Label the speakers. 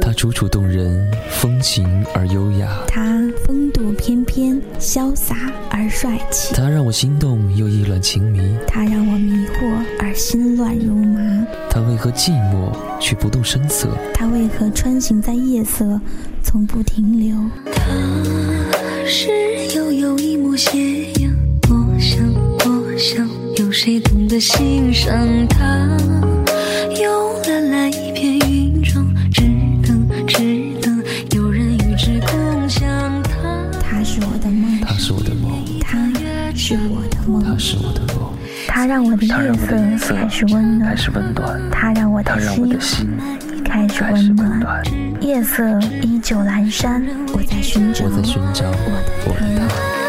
Speaker 1: 它楚楚动人，风情而优雅；
Speaker 2: 它风度翩翩，潇洒而帅气；
Speaker 1: 它让我心动又意乱情迷；
Speaker 2: 它让我迷惑而心乱如麻；
Speaker 1: 它为何寂寞却不动声色？
Speaker 2: 它为何穿行在夜色，从不停留？
Speaker 3: 它是悠悠一抹斜阳，我想，我想，有谁懂得欣赏它？有蓝蓝一片云窗，只等，只等有人与之共享它。
Speaker 2: 它是我的梦，
Speaker 1: 它是我的梦，
Speaker 2: 它是我的
Speaker 1: 它
Speaker 2: 梦，
Speaker 1: 是我的梦，
Speaker 2: 它让我的
Speaker 4: 它让我的夜
Speaker 2: 夜色
Speaker 4: 色
Speaker 2: 开始温暖
Speaker 4: 开，始温暖，
Speaker 2: 它让我
Speaker 4: 它
Speaker 2: 的
Speaker 4: 让我的
Speaker 2: 心
Speaker 4: 心
Speaker 2: 开始
Speaker 4: 开始
Speaker 2: 温
Speaker 4: 温
Speaker 2: 暖。
Speaker 4: 暖。
Speaker 2: 夜色依旧阑珊，我在寻找
Speaker 1: 我在寻找
Speaker 2: 我的
Speaker 1: 我的它。
Speaker 3: 哎